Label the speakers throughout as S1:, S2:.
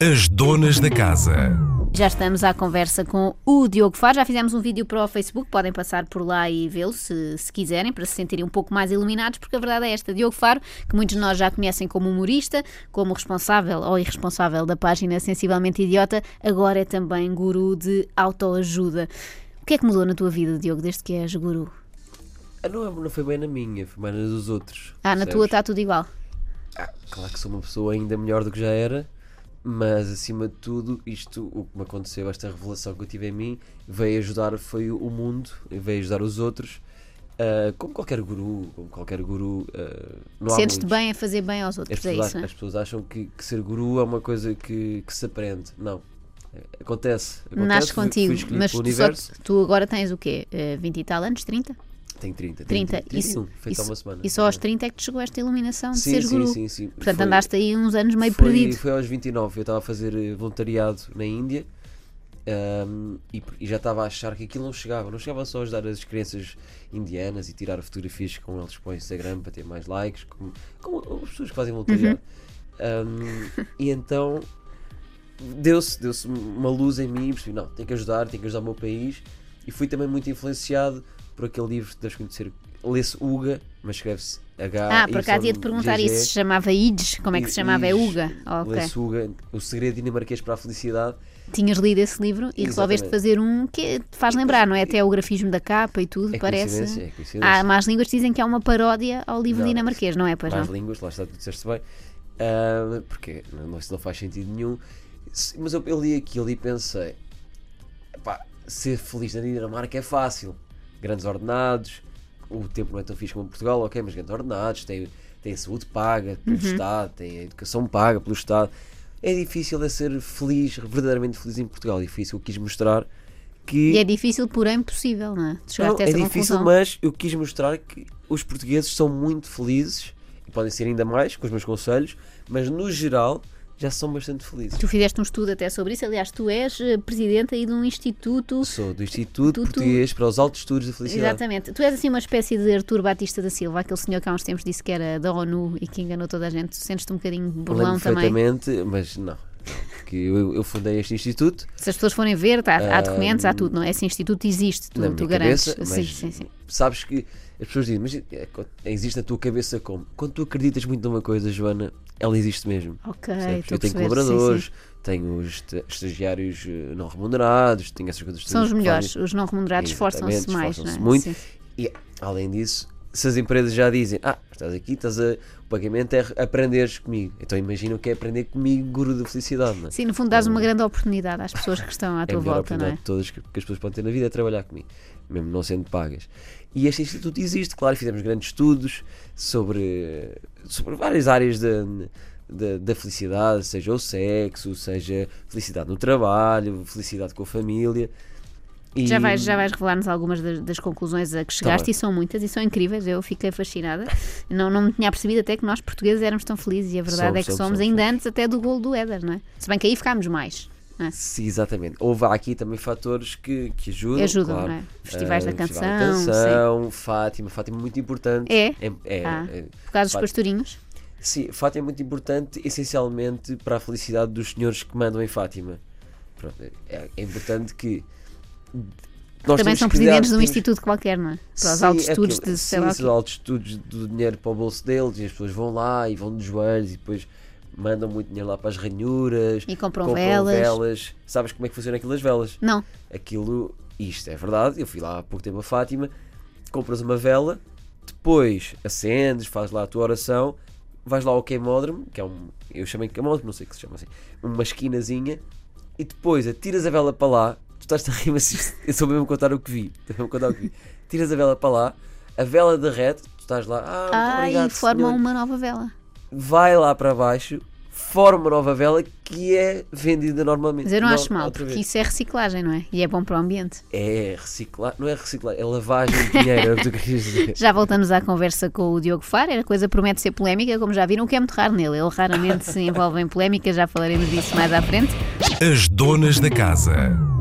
S1: As donas da casa.
S2: Já estamos à conversa com o Diogo Faro. Já fizemos um vídeo para o Facebook, podem passar por lá e vê-lo se, se quiserem, para se sentirem um pouco mais iluminados, porque a verdade é esta: Diogo Faro, que muitos de nós já conhecem como humorista, como responsável ou irresponsável da página Sensivelmente Idiota, agora é também guru de autoajuda. O que é que mudou na tua vida, Diogo, desde que és guru?
S3: Ah, não, não foi bem na minha, foi mais na dos outros.
S2: Ah, na
S3: percebes?
S2: tua está tudo igual.
S3: Ah, claro que sou uma pessoa ainda melhor do que já era, mas acima de tudo, isto, o que me aconteceu, esta revelação que eu tive em mim, veio ajudar, foi o mundo, e veio ajudar os outros, ah, como qualquer guru, como qualquer guru, ah, não há
S2: Sentes-te
S3: muitos.
S2: bem a fazer bem aos outros,
S3: As
S2: é isso,
S3: pessoas, acham,
S2: não é?
S3: as pessoas acham que, que ser guru é uma coisa que, que se aprende, não. Acontece. acontece
S2: Nasces
S3: fui- fui
S2: contigo,
S3: escolhido
S2: mas
S3: pelo
S2: tu, só,
S3: universo.
S2: tu agora tens o quê? Eh, 20 e tal anos? 30?
S3: Tenho 30,
S2: 30.
S3: 30,
S2: E se-
S3: 31, feito
S2: e
S3: há
S2: se-
S3: um, uma semana.
S2: E só aos 30 é que te chegou esta iluminação de
S3: sim,
S2: seres
S3: sim,
S2: guru.
S3: Sim, sim,
S2: Portanto,
S3: Foi-
S2: andaste aí uns anos meio
S3: foi,
S2: perdido.
S3: Foi aos 29, eu estava a fazer eh, voluntariado na Índia ahm, e, e já estava a achar que aquilo não chegava. Não chegava só a ajudar as crianças indianas e tirar fotografias com eles para o Instagram para ter mais likes, como, como as pessoas que fazem voluntariado.
S2: Uhum.
S3: Ahm, e então deu-se deu uma luz em mim, percebi, não, tenho que ajudar, tenho que ajudar o meu país. E fui também muito influenciado por aquele livro que deves conhecer, lê-se Uga, mas escreve-se H.
S2: Ah, por acaso
S3: um
S2: ia-te perguntar isso. Se chamava Ides? Como é que se chamava? É Uga? Ok.
S3: Lê-se Uga, O Segredo Dinamarquês para a Felicidade.
S2: Tinhas lido esse livro e
S3: Exatamente.
S2: resolveste fazer um que te faz lembrar, não é? Até o grafismo da capa e tudo,
S3: É
S2: parece.
S3: coincidência, é coincidência.
S2: Há más línguas que dizem que é uma paródia ao livro
S3: Não,
S2: dinamarquês, não é? Pois
S3: mais
S2: não.
S3: línguas, lá está, tu disseste bem. Ah, porque não, isso não faz sentido nenhum. Se- Mas eu, eu li aquilo e pensei: "Epá, ser feliz na Dinamarca é fácil. Grandes ordenados, o tempo não é tão fixe como em Portugal, ok, mas grandes ordenados, tem, tem saúde paga pelo
S2: Uhum.
S3: Estado, tem a educação paga pelo Estado. É difícil é ser feliz, verdadeiramente feliz em Portugal. E foi isso que eu quis mostrar. Que
S2: E é difícil, porém possível, não é? Tu
S3: Não,
S2: chegaste a
S3: é
S2: essa
S3: difícil,
S2: conclusão.
S3: mas eu quis mostrar que os portugueses são muito felizes e podem ser ainda mais com os meus conselhos, mas no geral já são bastante felizes.
S2: Tu fizeste um estudo até sobre isso. Aliás, tu és eh, presidente aí de um instituto.
S3: Sou do
S2: Tu-
S3: Instituto
S2: tu-
S3: Português para os Altos Estudos da Felicidade.
S2: Exatamente. Tu és assim uma espécie de Artur Batista da Silva, aquele senhor que há uns tempos disse que era da ONU e que enganou toda a gente. Tu Sentes-te um bocadinho burlão
S3: Lembro
S2: também.
S3: perfeitamente, mas não. Que eu, eu fundei este instituto
S2: Se as pessoas forem ver, tá, há documentos, há tudo, não é? Esse instituto existe, tu,
S3: na
S2: tu
S3: minha
S2: garantes.
S3: cabeça, mas
S2: sim, sim, sim.
S3: sabes que as pessoas dizem, mas é, existe na tua cabeça como? Quando tu acreditas muito numa coisa, Joana, ela existe mesmo.
S2: Ok,
S3: Percebes?
S2: estou a
S3: Eu tenho
S2: perceber,
S3: colaboradores,
S2: sim,
S3: tenho os esta- estagiários eh, não remunerados, tenho essas coisas
S2: sim. São os
S3: todas que
S2: melhores,
S3: fazem.
S2: os não remunerados
S3: Exatamente,
S2: esforçam-se mais, não é?
S3: esforçam-se muito.
S2: Sim.
S3: E além disso, se as empresas já dizem, ah, estás aqui, estás a. O pagamento é re- aprenderes comigo. Então imagina o que é aprender comigo, guru da felicidade, não é?
S2: Sim, no fundo dás uma grande oportunidade às pessoas que estão à
S3: É a
S2: tua volta,
S3: melhor
S2: não
S3: oportunidade
S2: é?
S3: de todas que, que as pessoas podem ter na vida é trabalhar comigo, mesmo não sendo pagas. E este instituto existe, claro, e fizemos grandes estudos sobre, sobre várias áreas da, da, da felicidade, seja o sexo, seja felicidade no trabalho, felicidade com a família. E- Tá
S2: Já vais, já vais revelar-nos algumas das, das conclusões a que chegaste
S3: bem.
S2: e são muitas e são incríveis. Eu fiquei fascinada. Não, não me tinha percebido até que nós portugueses éramos tão felizes e a verdade
S3: Somos,
S2: é que somos,
S3: somos, somos,
S2: ainda antes até do golo do Éder, não é? Se bem que aí ficámos mais. não é?
S3: Sim, exatamente. Houve aqui também fatores que, que ajudam.
S2: Ajudam,
S3: claro.
S2: não é? Festivais
S3: Ah,
S2: da
S3: Festival da
S2: Canção, sim.
S3: Canção, Fátima. Fátima é muito importante.
S2: É?
S3: é,
S2: Ah,
S3: é.
S2: Por causa dos
S3: Fátima-
S2: pastorinhos.
S3: Sim, Fátima é muito importante, essencialmente para a felicidade dos senhores que mandam em Fátima. Pronto, é, é importante que. nós
S2: Também
S3: temos
S2: são
S3: que dar-
S2: presidentes de um
S3: temos-
S2: instituto qualquer, não é? Para os
S3: Sim,
S2: altos
S3: é
S2: estudos
S3: aquilo,
S2: de sei
S3: sim,
S2: lá o
S3: esses
S2: quê.
S3: altos estudos do dinheiro para o bolso deles e as pessoas vão lá e vão dos joelhos e depois mandam muito dinheiro lá para as ranhuras
S2: E compram velas.
S3: Sabes como é que funciona aquilo das velas?
S2: Não.
S3: aquilo, isto é verdade, eu fui lá há pouco tempo a Fátima, compras uma vela, depois acendes, fazes lá a tua oração, vais lá ao queimódromo, que é um, eu chamei queimódromo, não sei o que se chama assim, uma esquinazinha, e depois atiras a vela para lá, tu estás a rir, mas isto- eu sou mesmo a contar o que vi, estou mesmo a contar o que vi, tiras a vela para lá, a vela derrete, tu estás lá, ah, muito
S2: Ah,
S3: obrigado,
S2: e formam
S3: senhor."
S2: uma nova vela.
S3: vai lá para baixo, forma uma nova vela que é vendida normalmente.
S2: Mas eu não
S3: no-
S2: acho mal,
S3: outra
S2: porque
S3: vez.
S2: isso é reciclagem, não é? E é bom para o ambiente.
S3: É reciclar, não é reciclar, é lavagem de dinheiro, é o que tu querias dizer.
S2: Já voltamos à conversa com o Diogo Faro. A coisa promete ser polémica, como já viram, o que é muito raro nele. Ele raramente se envolve em polémica, já falaremos disso mais à frente.
S1: As donas da casa.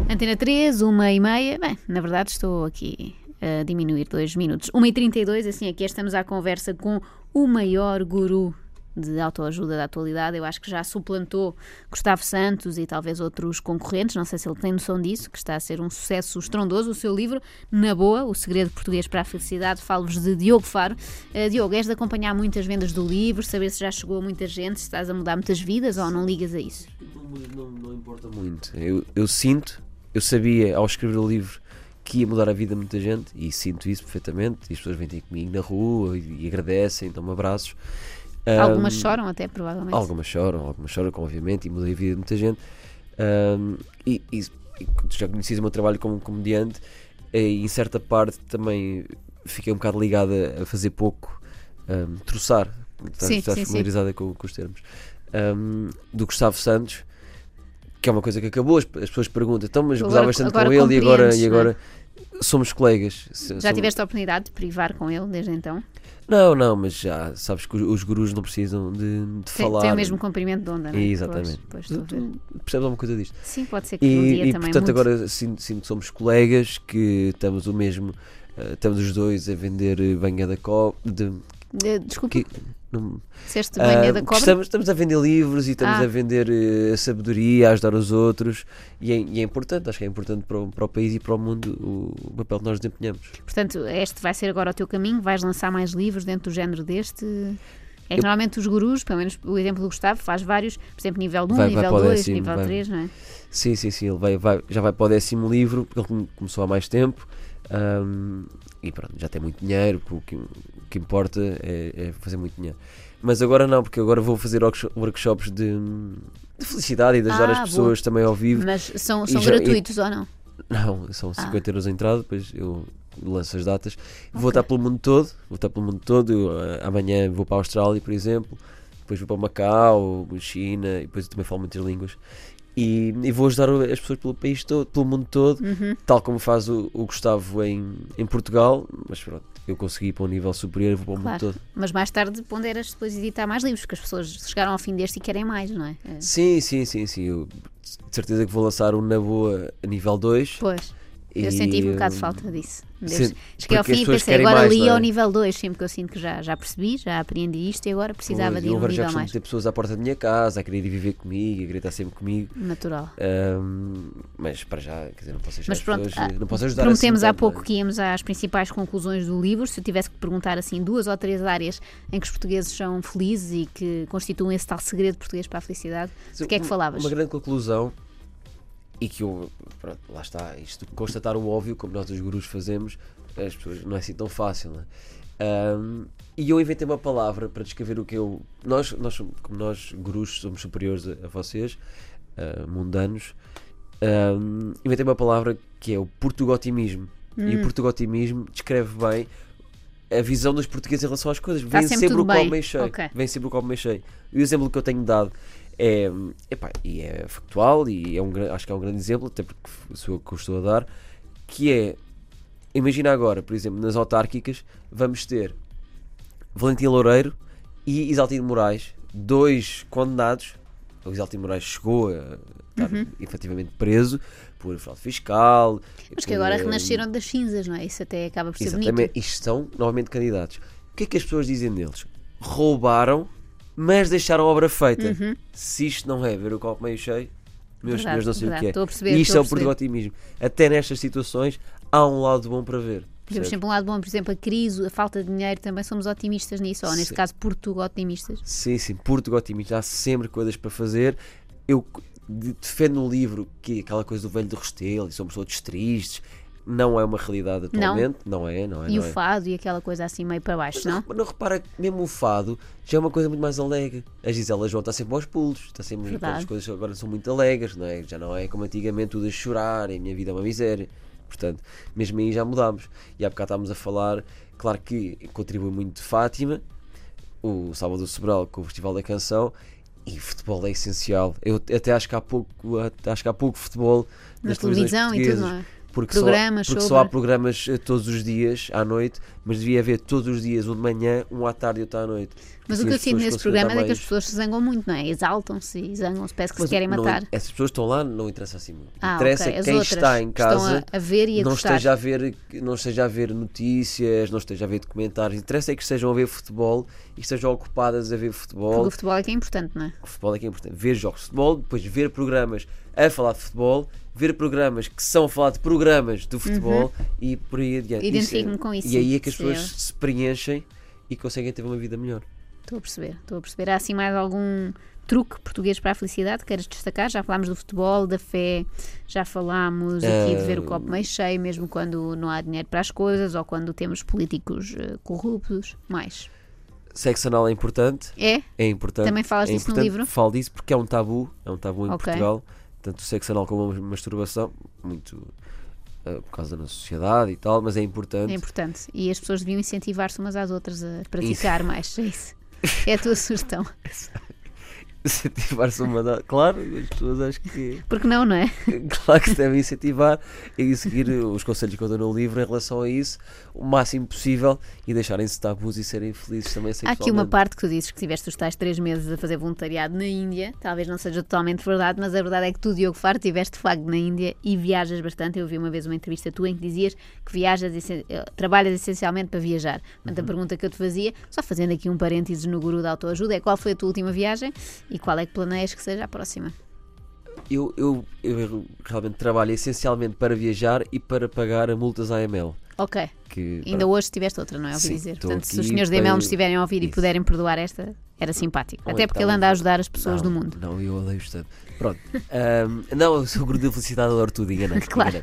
S2: Antena 3, 1 e meia. Bem, na verdade estou aqui a é diminuir dois minutos. 1 e 32, assim aqui estamos à conversa com o maior guru de autoajuda da atualidade, eu acho que já suplantou Gustavo Santos e talvez outros concorrentes, não sei se ele tem noção disso, que está a ser um sucesso estrondoso. O seu livro, Na Boa, O Segredo Português para a Felicidade, falo-vos de Diogo Faro. Eh, Diogo, és de acompanhar muitas vendas do livro, saber se já chegou a muita gente, se estás a mudar muitas vidas ou não ligas a isso?
S3: Não, não importa muito. Eu, eu sinto, eu sabia ao escrever o livro que ia mudar a vida de muita gente e sinto isso perfeitamente. E as pessoas vêm ter comigo na rua e, e agradecem, dão-me abraços.
S2: Algumas choram até, provavelmente.
S3: Algumas choram, algumas choram, com, obviamente, e mudei a vida de muita gente. Ahm, e, e- e já conheces o meu trabalho como comediante, e em certa parte também fiquei um bocado ligada a fazer pouco, ahm, troçar. Estás,
S2: Sim,
S3: estás
S2: sim, sim.
S3: familiarizada com, com os termos. Ahm, do Gustavo Santos, que é uma coisa que acabou. As, as pessoas perguntam, então, mas
S2: Agora-
S3: gozava bastante
S2: agora
S3: com ele e agora,
S2: compreendes, é?"
S3: e agora somos colegas. Se-
S2: Já
S3: somos-
S2: tiveste a oportunidade de privar com ele desde então?
S3: Não, não, mas já sabes que os- os gurus não precisam de, de
S2: Tem-
S3: falar.
S2: Tem o mesmo comprimento de onda, não é?
S3: Exatamente.
S2: Pois, pois, estou a ver.
S3: Percebes alguma coisa disto?
S2: Sim, pode ser que um dia
S3: E, e,
S2: também
S3: portanto
S2: mude.
S3: agora sinto, sinto que somos colegas, que estamos o mesmo, eh, estamos os dois a vender eh, banha da cobra. De,
S2: Eh, Desculpa,
S3: que- não-
S2: disseste banha
S3: Ah,
S2: da
S3: que
S2: cobra?
S3: Estamos, estamos a vender livros e estamos
S2: Ah.
S3: a vender eh, a sabedoria, a ajudar os outros e é, e é importante, acho que é importante para o, para o país e para o mundo o, o papel que nós desempenhamos.
S2: Portanto, este vai ser agora o teu caminho, vais lançar mais livros dentro do género deste. É que normalmente os gurus, pelo menos o exemplo do Gustavo, faz vários, por exemplo, nível 1,
S3: Vai- vai
S2: nível
S3: para o
S2: 2,
S3: décimo,
S2: nível
S3: vai.
S2: 3, não é?
S3: Sim, sim, sim, ele vai, vai- já vai para o décimo livro, porque ele come- começou há mais tempo ahm, e pronto, já tem muito dinheiro, o que, o que importa é, é fazer muito dinheiro. Mas agora não, porque agora vou fazer worksho- workshops de, de felicidade e de ajudar
S2: Ah,
S3: as
S2: boa.
S3: pessoas também ao vivo.
S2: Mas são,
S3: E
S2: são
S3: já- e-
S2: gratuitos ou não?
S3: Não, são 50 euros a entrada, depois eu lanço as datas. Vou estar pelo mundo todo, vou estar pelo mundo todo, eu, ah, amanhã vou para a Austrália, por exemplo, depois vou para Macau, China, e depois eu também falo muitas línguas. E, e vou ajudar o- as pessoas pelo país todo, pelo mundo todo, tal como faz o, o Gustavo em, em Portugal, mas pronto, eu consegui ir para um nível superior, vou para o mundo
S2: Claro.
S3: todo.
S2: Mas mais tarde ponderas depois editar mais livros, porque as pessoas chegaram ao fim deste e querem mais, não é? É.
S3: Sim, sim, sim, sim. Eu, de certeza que vou lançar um na boa a nível 2.
S2: Pois. Eu senti um bocado de falta disso. Desde-
S3: sim,
S2: cheguei ao
S3: porque as
S2: fim e
S3: pessoas
S2: pensei,
S3: querem
S2: agora
S3: mais,
S2: li
S3: não é?
S2: ao nível 2, sempre que eu sinto que já, já percebi, já aprendi isto e agora precisava
S3: Pois,
S2: de
S3: eu
S2: ir um
S3: agora já
S2: nível
S3: costumo
S2: mais
S3: ter pessoas à porta da minha casa, a querer ir viver comigo, a querer estar sempre comigo.
S2: natural.
S3: ahm, mas para já, quer dizer, não posso ajudar.
S2: Mas
S3: as
S2: pronto,
S3: pessoas,
S2: ah,
S3: não posso ajudar
S2: prometemos
S3: assim
S2: há
S3: tanto,
S2: pouco
S3: não é?
S2: que íamos às principais conclusões do livro. Se eu tivesse que perguntar assim duas ou três áreas em que os portugueses são felizes e que constituem esse tal segredo português para a felicidade, do que é que
S3: Uma-
S2: falavas?
S3: um, Uma grande conclusão e que eu, pronto, lá está, isto constatar o óbvio, como nós os gurus fazemos, as pessoas não é assim tão fácil, não é? Ahm, e eu inventei uma palavra para descrever o que eu. Nós, nós somos- como nós, gurus, somos superiores a, a vocês, ah, mundanos, ahm, inventei uma palavra que é o portugotimismo.
S2: Hum.
S3: E o portugotimismo descreve bem a visão dos portugueses em relação às coisas.
S2: Está
S3: Vem
S2: Tá sempre
S3: sempre
S2: tudo
S3: o copo
S2: bem.
S3: meio cheio.
S2: Ok.
S3: Vem sempre o copo meio cheio. E o exemplo que eu tenho dado é, epá, e é factual e é um, gran- acho que é um grande exemplo, até porque sou eu que o estou a dar, que é, imagina agora, por exemplo, nas autárquicas, vamos ter Valentim Loureiro e Isaltino Moraes, dois condenados. O Isaltino Moraes chegou a estar
S2: Uhum.
S3: efetivamente preso por fraude fiscal.
S2: Mas que agora
S3: por, eh,
S2: renasceram das cinzas, não é? Isso até acaba por ser
S3: Exatamente,
S2: bonito.
S3: e estão novamente candidatos. O que é que as pessoas dizem deles? Roubaram, mas deixaram a obra feita. Se isto não é ver o copo meio cheio, meus
S2: Uhum. Verdade,
S3: senhores, não sei o
S2: verdade,
S3: que é.
S2: estou a perceber,
S3: E isto
S2: estou
S3: é
S2: a
S3: o português otimismo. Até nestas situações há um lado bom para ver.
S2: Temos
S3: percebes?
S2: sempre um lado bom, por exemplo, a crise, a falta de dinheiro, também somos otimistas nisso, ou neste
S3: Sim.
S2: caso, Portugal otimistas.
S3: Sim, sim, Portugal otimista, há sempre coisas para fazer. Eu c- de- defendo no livro que é aquela coisa do velho do Restelo e somos todos tristes, não é uma realidade
S2: Não.
S3: atualmente, não, é, não é.
S2: E
S3: não
S2: o
S3: é.
S2: fado e aquela coisa assim meio para baixo, não?
S3: Mas não repara que mesmo o fado já é uma coisa muito mais alegre. A Gisela João está sempre aos pulos, está sempre
S2: Verdade.
S3: as coisas agora são muito alegres, não é? Já não é como antigamente tudo a chorar, e a minha vida é uma miséria. Portanto, mesmo aí já mudámos. E há bocado estávamos a falar, claro que contribui muito Fátima, o Salvador Sobral com o Festival da Canção. E futebol é essencial. Eu até acho que há pouco, acho que há pouco futebol
S2: Na
S3: nas televisões
S2: televisão e tudo,
S3: portuguesas.
S2: não é?
S3: Porque
S2: Programas
S3: só, porque
S2: sobre-
S3: só há programas eh, todos os dias à noite, mas devia haver todos os dias, um de manhã, um à tarde e outro à noite.
S2: Mas o
S3: Assim,
S2: que eu
S3: as
S2: sinto
S3: pessoas
S2: nesse
S3: conseguem
S2: programa
S3: dar
S2: é que as
S3: mais-
S2: pessoas se zangam muito, não é? Exaltam-se e zangam-se, parece que
S3: Mas
S2: se querem
S3: não- é
S2: matar.
S3: essas pessoas estão lá, não interessa assim muito.
S2: Ah,
S3: interessa
S2: ok. As
S3: quem
S2: outras
S3: está em
S2: que estão
S3: casa
S2: a- a ver e a
S3: não
S2: gostar.
S3: esteja a ver, não esteja a ver notícias, não esteja a ver documentários. Interessa é que estejam a ver futebol e que estejam ocupadas a ver
S2: Porque
S3: futebol.
S2: o futebol é que é importante, não é?
S3: O futebol é que é importante. Ver jogos de futebol, depois ver programas a falar de futebol, ver programas que são a falar de programas do futebol e por aí adiante.
S2: Uhum. Identifico-me
S3: é-
S2: com isso,
S3: E aí é que as
S2: sim.
S3: pessoas
S2: Sim.
S3: se preenchem e conseguem ter uma vida melhor.
S2: Estou a perceber, estou a perceber. Há assim mais algum truque português para a felicidade que queiras destacar? Já falámos do futebol, da fé, já falámos aqui de ver o copo meio cheio, mesmo quando não há dinheiro para as coisas ou quando temos políticos eh, corruptos. Mais.
S3: Sexo anal é importante.
S2: É?
S3: É importante.
S2: Também falas
S3: é
S2: disso no
S3: importante.
S2: livro?
S3: Falo disso porque é um tabu, é um tabu em
S2: Ok.
S3: Portugal, tanto o sexo anal como a mas- masturbação, muito eh, por causa da nossa sociedade e tal, mas é importante.
S2: É importante. E as pessoas deviam incentivar-se umas às outras a praticar mais. É isso. É a tua sugestão.
S3: Incentivar-se uma da- Claro, as pessoas acho que.
S2: Porque não, não é?
S3: Claro que se devem incentivar e seguir os conselhos que eu dou no livro em relação a isso, o máximo possível e deixarem-se tabus e serem felizes também
S2: Há
S3: sexualmente.
S2: aqui uma parte que tu dizes que tiveste os tais três meses a fazer voluntariado na Índia. Talvez não seja totalmente verdade, mas a verdade é que tu, Diogo Faro, tiveste de facto na Índia e viajas bastante. Eu vi uma vez uma entrevista tua em que dizias que viajas, essen- eh, trabalhas essencialmente para viajar. Portanto, a pergunta que eu te fazia, só fazendo aqui um parênteses no guru da autoajuda, é qual foi a tua última viagem e qual é que planeias que seja a próxima?
S3: eu, eu, eu realmente trabalho essencialmente para viajar e para pagar multas AML.
S2: Ok,
S3: Que,
S2: ainda hoje tiveste outra, não é? Ouvi
S3: Sim,
S2: dizer.
S3: estou
S2: Portanto, se os
S3: aqui
S2: senhores da EML
S3: para-
S2: nos estiverem a ouvir e
S3: Isso. Uhum.
S2: puderem perdoar esta, era simpático.
S3: Ou
S2: Até porque
S3: então-
S2: ele anda a ajudar as pessoas
S3: não,
S2: do mundo.
S3: Não, eu odeio tanto. Pronto. Ahm, não, eu sou o grupo de felicidade, adoro tudo, enganei.
S2: Claro.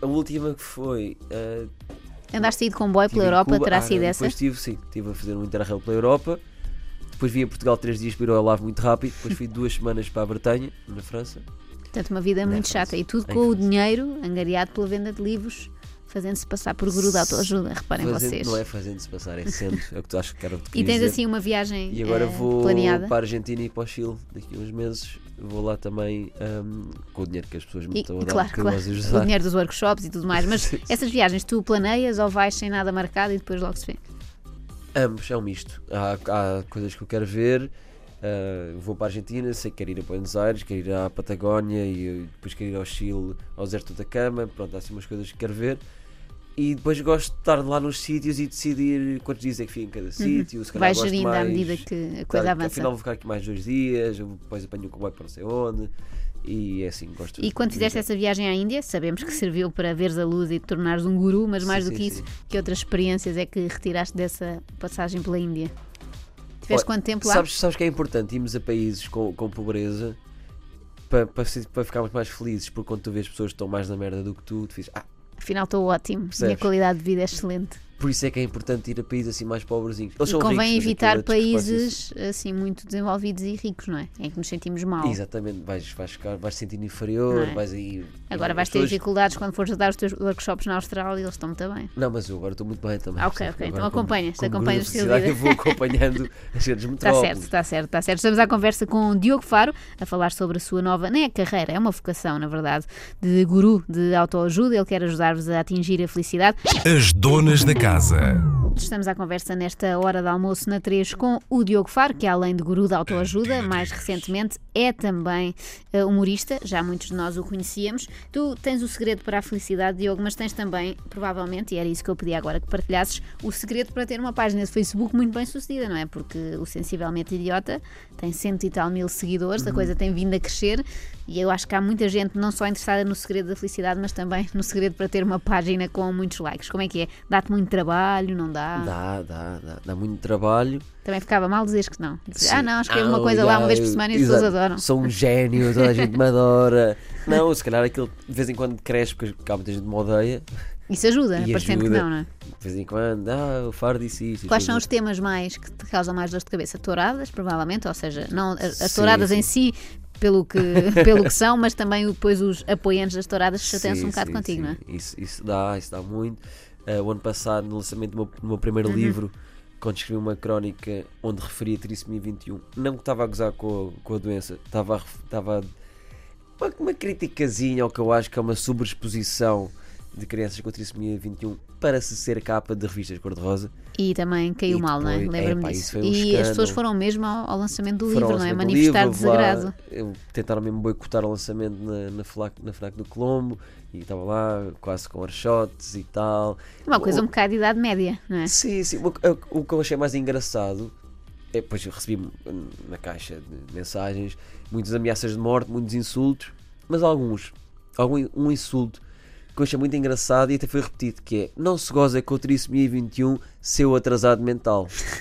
S3: a última que foi. ah,
S2: Andaste a ir de comboio
S3: estive
S2: pela
S3: em
S2: Europa,
S3: Cuba.
S2: terá
S3: Ah,
S2: sido
S3: não,
S2: essa?
S3: Depois estive, sim, estive a fazer um interrail pela Europa. Depois vim a Portugal três dias para ir ao Olavo muito rápido. Depois fui duas semanas para a Bretanha, na França.
S2: Portanto, uma vida muito
S3: França.
S2: chata. E tudo
S3: Em
S2: com o
S3: França.
S2: dinheiro angariado pela venda de livros, fazendo-se passar por guru da autoajuda, reparem
S3: Fazendo-
S2: vocês.
S3: Não é fazendo-se passar, é sendo. É o que tu acho que era o que tu
S2: E
S3: querias
S2: tens
S3: dizer.
S2: assim uma viagem
S3: E agora
S2: eh,
S3: vou
S2: planeada.
S3: para a Argentina e para o Chile daqui a uns meses. Vou lá também ahm, com o dinheiro que as pessoas me
S2: E,
S3: estão a dar.
S2: claro,
S3: que eu
S2: claro,
S3: gosto de
S2: o
S3: ajudar.
S2: dinheiro dos workshops e tudo mais. Mas essas viagens tu planeias ou vais sem nada marcado e depois logo se vê?
S3: Ambos, é um misto. Há, há coisas que eu quero ver. ah, vou para a Argentina, sei que quero ir a Buenos Aires, quero ir à Patagónia e depois quero ir ao Chile, ao deserto da Cama. Pronto, há assim umas coisas que quero ver. E depois gosto de estar lá nos sítios e decidir quantos dias é que fico em cada sítio. Se calhar
S2: Uhum. Vais
S3: gosto
S2: gerindo à
S3: mais,
S2: medida que a coisa
S3: claro,
S2: avança.
S3: Afinal, vou ficar aqui mais dois dias, eu depois apanho um comboio para não sei onde. E é assim, gosto
S2: E quando
S3: de
S2: fizeste
S3: viajar.
S2: essa viagem à Índia, sabemos que serviu para veres a luz e te tornares um guru, mas mais
S3: Sim,
S2: do
S3: sim,
S2: que isso, que outras experiências é que retiraste dessa passagem pela Índia? Tiveste
S3: Olha,
S2: quanto tempo lá?
S3: Sabes, sabes que é importante irmos a países com, com pobreza para pa, se- pa ficarmos mais felizes, porque quando tu vês pessoas que estão mais na merda do que tu, tu dizes, ah,
S2: Afinal, estou ótimo, minha
S3: Percebes?
S2: qualidade de vida é excelente.
S3: por isso é que é importante ir a países assim mais pobrezinhos. Eles
S2: E
S3: são
S2: convém
S3: ricos, mas aquilo
S2: evitar
S3: é discrepância,
S2: países assim muito desenvolvidos e ricos, não é? Em que nos sentimos mal.
S3: isso. Exatamente, vais, vais, ficar, vais sentir inferior,
S2: Não é?
S3: vais aí.
S2: Agora
S3: as
S2: vais ter
S3: pessoas-
S2: dificuldades quando fores a dar os teus workshops na Austrália, eles estão muito bem.
S3: Não, mas eu agora estou muito bem também.
S2: Ah, ok,
S3: percebes?
S2: ok.
S3: Agora
S2: Então
S3: como-
S2: acompanhas,
S3: como
S2: acompanhas o
S3: guru da
S2: seu
S3: sociedade, Eu vou acompanhando as grandes
S2: Está
S3: metrópoles.
S2: Tá certo, então. está certo, está certo. Estamos à conversa com o Diogo Faro a falar sobre a sua nova, nem é carreira, é uma vocação, na verdade, de guru de autoajuda. Ele quer ajudar-vos a atingir a felicidade.
S1: As donas da casa.
S2: Estamos à conversa nesta hora de almoço na 3 com o Diogo Faro, que é além de guru da autoajuda, mais recentemente é também eh, humorista, já muitos de nós o conhecíamos. Tu tens o segredo para a felicidade, Diogo, mas tens também, provavelmente, e era isso que eu pedi agora que partilhasses, o segredo para ter uma página de Facebook muito bem sucedida, não é? Porque o Sensivelmente Idiota tem cento e tal mil seguidores,
S3: Uhum.
S2: a coisa tem vindo a crescer e eu acho que há muita gente não só interessada no segredo da felicidade, mas também no segredo para ter uma página com muitos likes. Como é que é? Dá-te muito trabalho, não dá?
S3: Dá, dá, dá, dá muito trabalho.
S2: Também ficava mal dizeres que não. Dizes, ah,
S3: Sim.
S2: não, escrevo uma
S3: Ah,
S2: coisa lá
S3: yeah,
S2: uma vez por
S3: eu-
S2: semana e as pessoas
S3: exato.
S2: adoram.
S3: Sou um gênio, toda a gente me adora. Não, se calhar aquilo de vez em quando cresce, porque há muita gente que me odeia.
S2: Isso ajuda,
S3: E
S2: parecendo que
S3: ajuda.
S2: não, não é?
S3: De vez em quando, ah, o Faro disse isto.
S2: Quais
S3: depois
S2: são
S3: eu-
S2: os temas mais que te causam mais dores de cabeça? Touradas, provavelmente, ou seja, não as as
S3: Sim,
S2: touradas
S3: sim.
S2: em si, pelo que, pelo que são, mas também o- depois os apoiantes das touradas chateiam-se
S3: Sim,
S2: um bocado
S3: sim,
S2: contigo,
S3: sim.
S2: não é?
S3: Isso, isso dá, isso dá muito. Ah, o ano passado, no lançamento do meu, do meu primeiro
S2: Uhum.
S3: livro, quando escrevi uma crónica onde referia a trissomia 21, não que estava a gozar com a, com a doença, estava a, ref- estava a- uma, uma criticazinha ao que eu acho que é uma sobreexposição de crianças com trissomia 21 para se ser capa de revistas cor-de-rosa.
S2: E também caiu
S3: E
S2: mal, não é?
S3: depois-
S2: Lembra-me
S3: epá,
S2: disso.
S3: isso foi um
S2: e as pessoas
S3: escândalo.
S2: foram mesmo ao, ao lançamento do
S3: Foram
S2: livro,
S3: ao
S2: não é?
S3: lançamento do
S2: Manifestar
S3: livro, lá-
S2: desagrado.
S3: eu- tentaram mesmo boicotar o lançamento na, na, FNAC, na FNAC do Colombo e estavam lá quase com archotes e tal.
S2: Uma coisa
S3: O-
S2: um bocado de idade média, não é?
S3: Sim, sim. O, que- o que eu achei mais engraçado é depois eu recebi hum, na caixa de mensagens muitas ameaças de morte, muitos insultos, mas alguns, algum um insulto que eu achei muito engraçado e até foi repetido, que é não se goza com a trissomia 21, seu atrasado mental.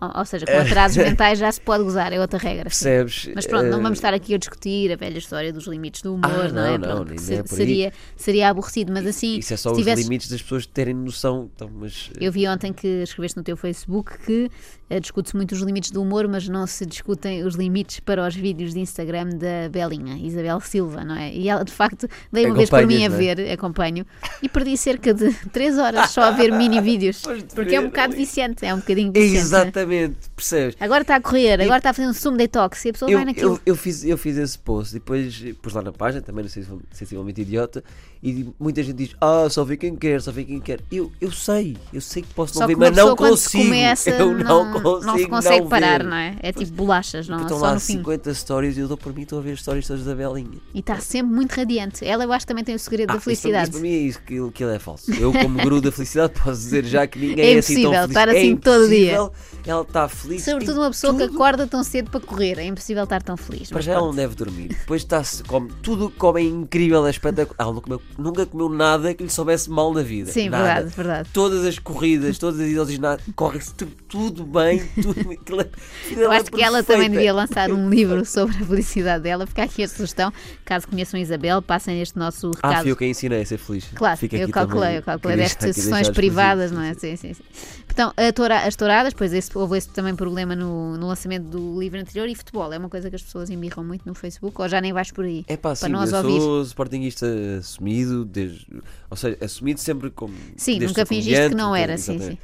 S2: Ou, ou seja, com atrasos mentais já se pode gozar, é outra regra. sim.
S3: Percebes?
S2: Mas pronto, não
S3: Eh,
S2: vamos estar aqui a discutir a velha história dos limites do humor,
S3: Ah,
S2: não, é?
S3: não,
S2: Pronto,
S3: não,
S2: que
S3: nem
S2: se-
S3: é por aí.
S2: seria, seria aborrecido, mas assim,
S3: Isso é só
S2: se
S3: os
S2: tivesse
S3: limites das pessoas terem noção. Então, mas, eh,
S2: Eu vi ontem que escreveste no teu Facebook que eh, discute-se muito os limites do humor, mas não se discutem os limites para os vídeos de Instagram da Belinha, Isabel Silva, não é? E ela, de facto, dei uma vez por mim a
S3: Acompanhas, não é?
S2: ver, acompanho, e perdi cerca de 3 horas só a ver mini-vídeos,
S3: Pois de
S2: porque é um
S3: ver,
S2: bocado
S3: ali.
S2: viciante, é um bocadinho viciante. não é?
S3: Exatamente, percebes?
S2: Agora está a correr, agora está a fazer um sumo detox e a pessoa
S3: Eu,
S2: vai naquilo.
S3: eu, eu fiz, eu fiz esse post e depois pus lá na página, também não sei se sensivelmente idiota, e muita gente diz, ah, só vê quem quer, só vê quem quer. Eu, eu sei, eu sei que posso
S2: Só
S3: não
S2: que
S3: ver,
S2: uma
S3: mas
S2: pessoa
S3: não
S2: quando
S3: consigo.
S2: se começa
S3: eu não, consigo.
S2: não se consegue parar,
S3: ver.
S2: não é? É tipo bolachas, não?
S3: Estão
S2: Só
S3: lá
S2: no fim.
S3: 50 stories e eu dou por mim, estou a ver as stories todas da Belinha.
S2: E está sempre muito radiante. Ela eu acho que também tem o segredo
S3: Ah,
S2: da
S3: isso para mim-
S2: felicidade.
S3: Isso para mim é isso, aquilo, aquilo é falso. Eu, como guru da felicidade, posso dizer já que ninguém
S2: É
S3: é, assim tão
S2: impossível
S3: feliz.
S2: estar
S3: É
S2: assim todo dia.
S3: impossível, Ela está feliz.
S2: Sobretudo
S3: em
S2: uma pessoa que
S3: tudo.
S2: acorda tão cedo para correr. É impossível estar tão feliz.
S3: Para
S2: mas
S3: já ela
S2: pronto.
S3: não deve dormir. Depois está-se, come tudo o que come é incrível, é espetacular. Ela não comeu- nunca comeu nada que lhe soubesse mal na vida.
S2: Sim,
S3: nada.
S2: verdade, verdade.
S3: Todas as corridas, todas as idas nada, corre-se tu- tudo, bem, tudo. aquilo é-
S2: Eu
S3: é
S2: acho que ela também
S3: perfeita.
S2: devia lançar um livro sobre a felicidade dela. Fica aqui a sugestão. Caso conheçam a Isabel, passem este nosso recado.
S3: Ah, fui eu quem ensinei a ser feliz.
S2: um Claro,
S3: Fica
S2: eu
S3: aqui
S2: calculei,
S3: também.
S2: eu calculei
S3: Queria
S2: destas
S3: aqui
S2: sessões
S3: deixar
S2: privadas,
S3: explícito.
S2: não é? Sim, sim, sim. Então, a toura- as touradas, pois esse, houve esse também problema no, no lançamento do livro anterior e futebol. É uma coisa que as pessoas embirram muito no Facebook, ou já nem vais por aí.
S3: É pá, sim,
S2: para nós
S3: eu
S2: ouvir.
S3: sou sportinguista assumido, desde, ou seja, assumido sempre como.
S2: Sim,
S3: desde
S2: nunca
S3: sou
S2: fingiste que
S3: comediante,
S2: não
S3: nunca-
S2: era, sim,
S3: exatamente.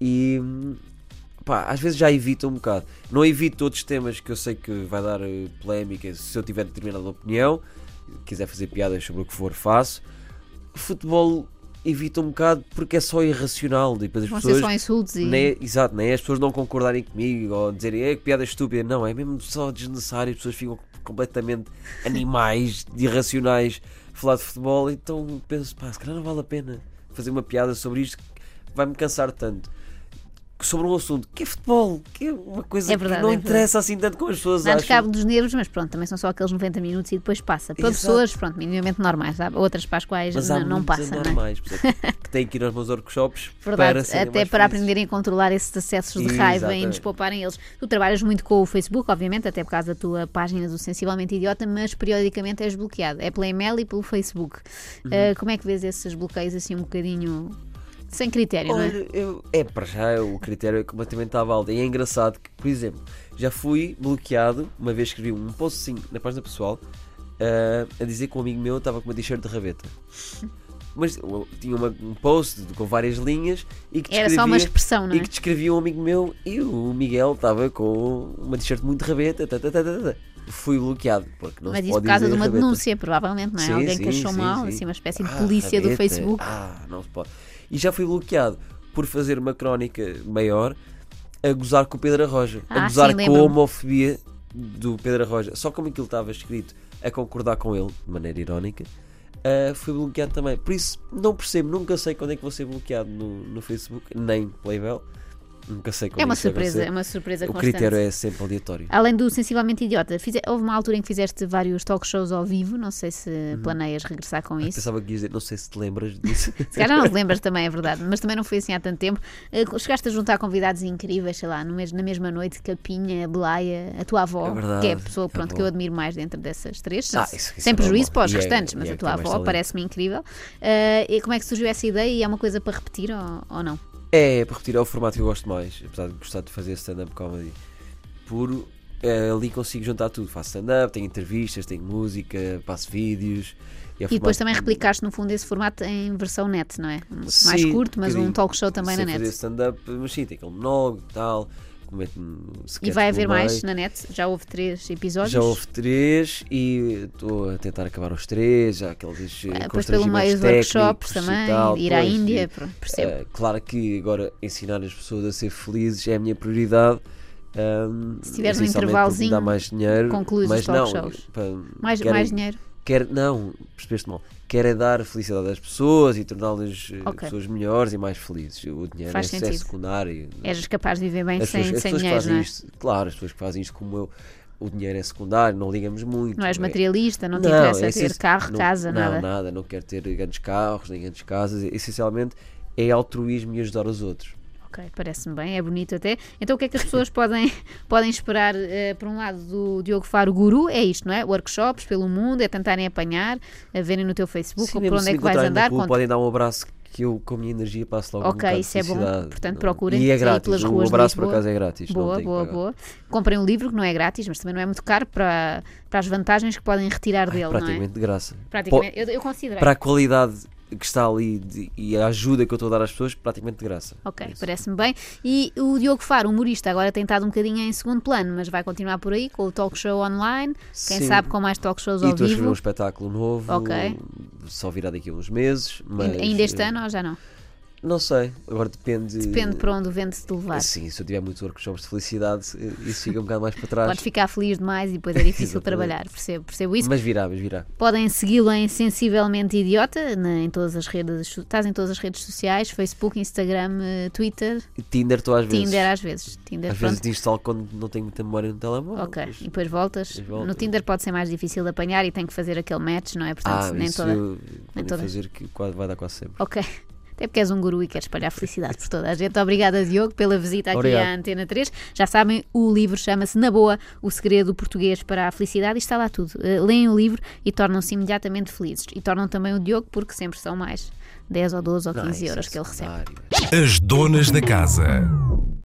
S3: E hum, pá, às vezes já evito um bocado. Não evito outros temas que eu sei que vai dar eh, polémica se eu tiver determinada opinião, quiser fazer piadas sobre o que for, faço. Futebol evito um bocado porque é só irracional. Depois as
S2: Vão ser
S3: pessoas
S2: só insultos e.
S3: nem, exato, nem é as pessoas não concordarem comigo ou dizerem "Ei, que piada estúpida. Não, é mesmo só desnecessário. As pessoas ficam completamente animais, irracionais, a falar de futebol. Então penso, pá, se calhar não vale a pena fazer uma piada sobre isto que vai-me cansar tanto. Sobre um assunto que é futebol, que é uma coisa
S2: É verdade,
S3: que não
S2: é verdade.
S3: interessa assim tanto como as pessoas
S2: Dá-nos
S3: acham.
S2: cabo dos nervos, mas pronto, também são só aqueles 90 minutos e depois passa. Para
S3: Exato.
S2: pessoas, pronto, minimamente normais. Há outras para as quais
S3: Mas há
S2: não, não
S3: muitos
S2: passa, não é?
S3: anormais, por exemplo, que têm que ir aos meus workshops
S2: Verdade,
S3: para serem
S2: até
S3: mais
S2: para
S3: felizes.
S2: aprenderem a controlar esses acessos de raiva e nos
S3: Exatamente.
S2: pouparem eles. Tu trabalhas muito com o Facebook, obviamente, até por causa da tua página do Sensivelmente Idiota, mas periodicamente és bloqueado. É pela e-mail e pelo Facebook.
S3: Uhum.
S2: Ah, como é que vês esses bloqueios assim um bocadinho sem critério, não é?
S3: Olha, eu, é para já o critério é completamente à balda. E é engraçado que, por exemplo, já fui bloqueado, uma vez escrevi um postzinho na página pessoal ah, a dizer que um amigo meu estava com uma t-shirt de rabeta. Mas eu tinha uma- um post com várias linhas e que
S2: Era só uma
S3: descrevia-
S2: expressão, não é?
S3: e que descrevia um amigo meu e o Miguel estava com uma t-shirt muito rabeta. tá, tá, tá, tá, tá. Fui bloqueado, porque não
S2: Mas
S3: se
S2: isso é
S3: pode
S2: por causa de
S3: dizer
S2: uma
S3: rabeta.
S2: denúncia, provavelmente, não é?
S3: Sim,
S2: Alguém que
S3: sim,
S2: achou
S3: sim,
S2: mal,
S3: sim.
S2: assim, uma espécie de
S3: Ah,
S2: polícia do
S3: rabeta.
S2: Facebook.
S3: Ah, não se pode. E já fui bloqueado por fazer uma crónica maior a gozar com o Pedro Arroja,
S2: Ah,
S3: a gozar
S2: sim,
S3: com
S2: lembro-me.
S3: a homofobia do Pedro Arroja. Só como aquilo estava escrito a concordar com ele, de maneira irónica, ah, fui bloqueado também. Por isso, não percebo, nunca sei quando é que vou ser bloqueado no, no Facebook, nem Playbell. Nunca sei quando
S2: É uma
S3: isso vai
S2: surpresa, é
S3: acontecer.
S2: uma surpresa
S3: O
S2: constante. Ah,
S3: critério é sempre aleatório.
S2: Além do Sensivelmente Idiota, fize- houve uma altura em que fizeste vários talk shows ao vivo, não sei se
S3: Uhum.
S2: planeias regressar com isso.
S3: Pensava que ia dizer, não sei se te lembras disso.
S2: Se calhar não te lembras também, é verdade, mas também não foi assim há tanto tempo. Eh, Chegaste a juntar convidados incríveis, sei lá, no mes- na mesma noite, Capinha, Blaia, a tua avó,
S3: É verdade,
S2: que é a pessoa
S3: a
S2: pronto,
S3: avó.
S2: que eu admiro mais dentro dessas três,
S3: Ah,
S2: sem-
S3: isso- isso
S2: sem
S3: é
S2: prejuízo
S3: normal.
S2: para os
S3: E é-
S2: restantes,
S3: e
S2: mas
S3: é
S2: a
S3: que
S2: tua
S3: tem mais
S2: avó
S3: talento.
S2: parece-me incrível. Eh, e como é que surgiu essa ideia e é uma coisa para repetir ou, ou não?
S3: É, para repetir, é o formato que eu gosto mais, apesar de gostar de fazer stand-up comedy puro, eh, ali consigo juntar tudo. Faço stand-up, tenho entrevistas, tenho música, faço vídeos. é o
S2: E depois
S3: formato-
S2: também replicaste no fundo esse formato em versão net, não é? Mais
S3: Sim,
S2: curto, mas um
S3: bocadinho.
S2: talk show também
S3: Sem
S2: na
S3: fazer
S2: net.
S3: stand-up, mas sim, tem aquele monólogo e tal, um mete-me
S2: E vai haver mais na net, já houve três episódios.
S3: Já houve três e estou a tentar acabar os três, já aqueles
S2: Ah,
S3: eh,
S2: Depois pelo meio
S3: constrangimentos
S2: os workshops
S3: técnicos e
S2: também,
S3: tal,
S2: ir à
S3: pois, e,
S2: Índia, pronto, percebo.
S3: eh, claro que agora ensinar as pessoas a ser felizes é a minha prioridade. ahm,
S2: Se tiveres um
S3: essencialmente porque me
S2: intervalozinho,
S3: dá mais dinheiro,
S2: concluís
S3: mas
S2: os talk
S3: não,
S2: shows.
S3: pá,
S2: mais,
S3: quero-
S2: mais dinheiro.
S3: quer, não, percebeste mal, quer é dar felicidade às pessoas e torná-las eh,
S2: Ok.
S3: pessoas melhores e mais felizes. O dinheiro
S2: Faz
S3: é, é
S2: sentido.
S3: secundário.
S2: Eras capaz de viver bem
S3: As
S2: sem,
S3: pessoas, as
S2: sem
S3: pessoas que
S2: dinheiro,
S3: fazem
S2: não é?
S3: isto, claro, as pessoas que fazem isto como eu, o dinheiro é secundário, não ligamos muito.
S2: Não és
S3: é?
S2: materialista, não te interessa
S3: é
S2: ter
S3: essenci-
S2: carro,
S3: não-
S2: casa,
S3: não,
S2: nada.
S3: nada, não quero ter grandes carros, nem grandes casas. Essencialmente é altruísmo e ajudar os outros.
S2: Ok, parece-me bem, é bonito até. Então o que é que as pessoas podem, podem esperar, eh, por um lado, do Diogo Faro Guru? É isto, não é? Workshops pelo mundo, é tentarem apanhar, a verem no teu Facebook,
S3: Se
S2: ou por
S3: mesmo
S2: onde
S3: se
S2: é que vais
S3: encontrarem na
S2: andar.
S3: rua,
S2: conta-
S3: podem dar um abraço que eu com a minha energia passo logo um
S2: Ok,
S3: bocado de
S2: isso é bom.
S3: felicidade,
S2: Portanto,
S3: não-
S2: procurem
S3: E é
S2: sair
S3: grátis,
S2: pelas
S3: o
S2: ruas de
S3: abraço por
S2: Lisboa.
S3: acaso é grátis. não
S2: Boa,
S3: tem que
S2: boa,
S3: pagar.
S2: boa. Comprem um livro que não é grátis, mas também não é muito caro para, para as vantagens que podem retirar dele, não é?
S3: Praticamente de graça.
S2: Praticamente, eu, eu considerei.
S3: Po- Para a qualidade que está ali de- e a ajuda que eu estou a dar às pessoas, praticamente de graça.
S2: Ok,
S3: É isso.
S2: parece-me bem. E o Diogo Faro, humorista, agora tem estado um bocadinho em segundo plano, mas vai continuar por aí com o talk show online. Quem
S3: Sim.
S2: sabe com mais talk shows
S3: E
S2: ao
S3: estou a escrever um
S2: vivo.
S3: espetáculo novo,
S2: Ok.
S3: só virá daqui a uns meses. Mas,
S2: Ainda este
S3: eh,
S2: ano ou já não?
S3: Não sei, agora depende. eh,
S2: Depende para onde o vento se te levar.
S3: Sim, se eu tiver muitos workshops de felicidade, eh, isso fica um bocado mais para trás.
S2: Pode ficar feliz demais e depois é difícil
S3: Exatamente.
S2: trabalhar, percebo, percebo isso.
S3: Mas virá, mas virá.
S2: Podem segui-lo em Sensivelmente Idiota, na- em todas as redes, so- estás em todas as redes sociais, Facebook, Instagram, eh, Twitter,
S3: E Tinder, estou às vezes.
S2: Tinder às vezes. Tinder,
S3: às
S2: pronto.
S3: vezes te instalo quando não tenho muita memória no telemóvel.
S2: Ok,
S3: mas-
S2: e depois voltas.
S3: depois volto.
S2: No Tinder pode ser mais difícil de apanhar e tem que fazer aquele match, não é? Portanto,
S3: Ah,
S2: nem
S3: isso
S2: toda.
S3: eu- podem
S2: toda.
S3: fazer que quase- vai dar quase sempre.
S2: Ok. Até porque és um guru e queres espalhar felicidade por toda a gente. Obrigada, Diogo, pela visita aqui
S3: Obrigado.
S2: à Antena 3. Já sabem, o livro chama-se Na Boa, o segredo português para a felicidade e está lá tudo. Eh, Leem o livro e tornam-se imediatamente felizes. E tornam também o Diogo, porque sempre são mais 10 ou 12 ou
S3: Não,
S2: 15
S3: isso é
S2: euros que ele recebe.
S3: secundário.
S1: As donas da casa.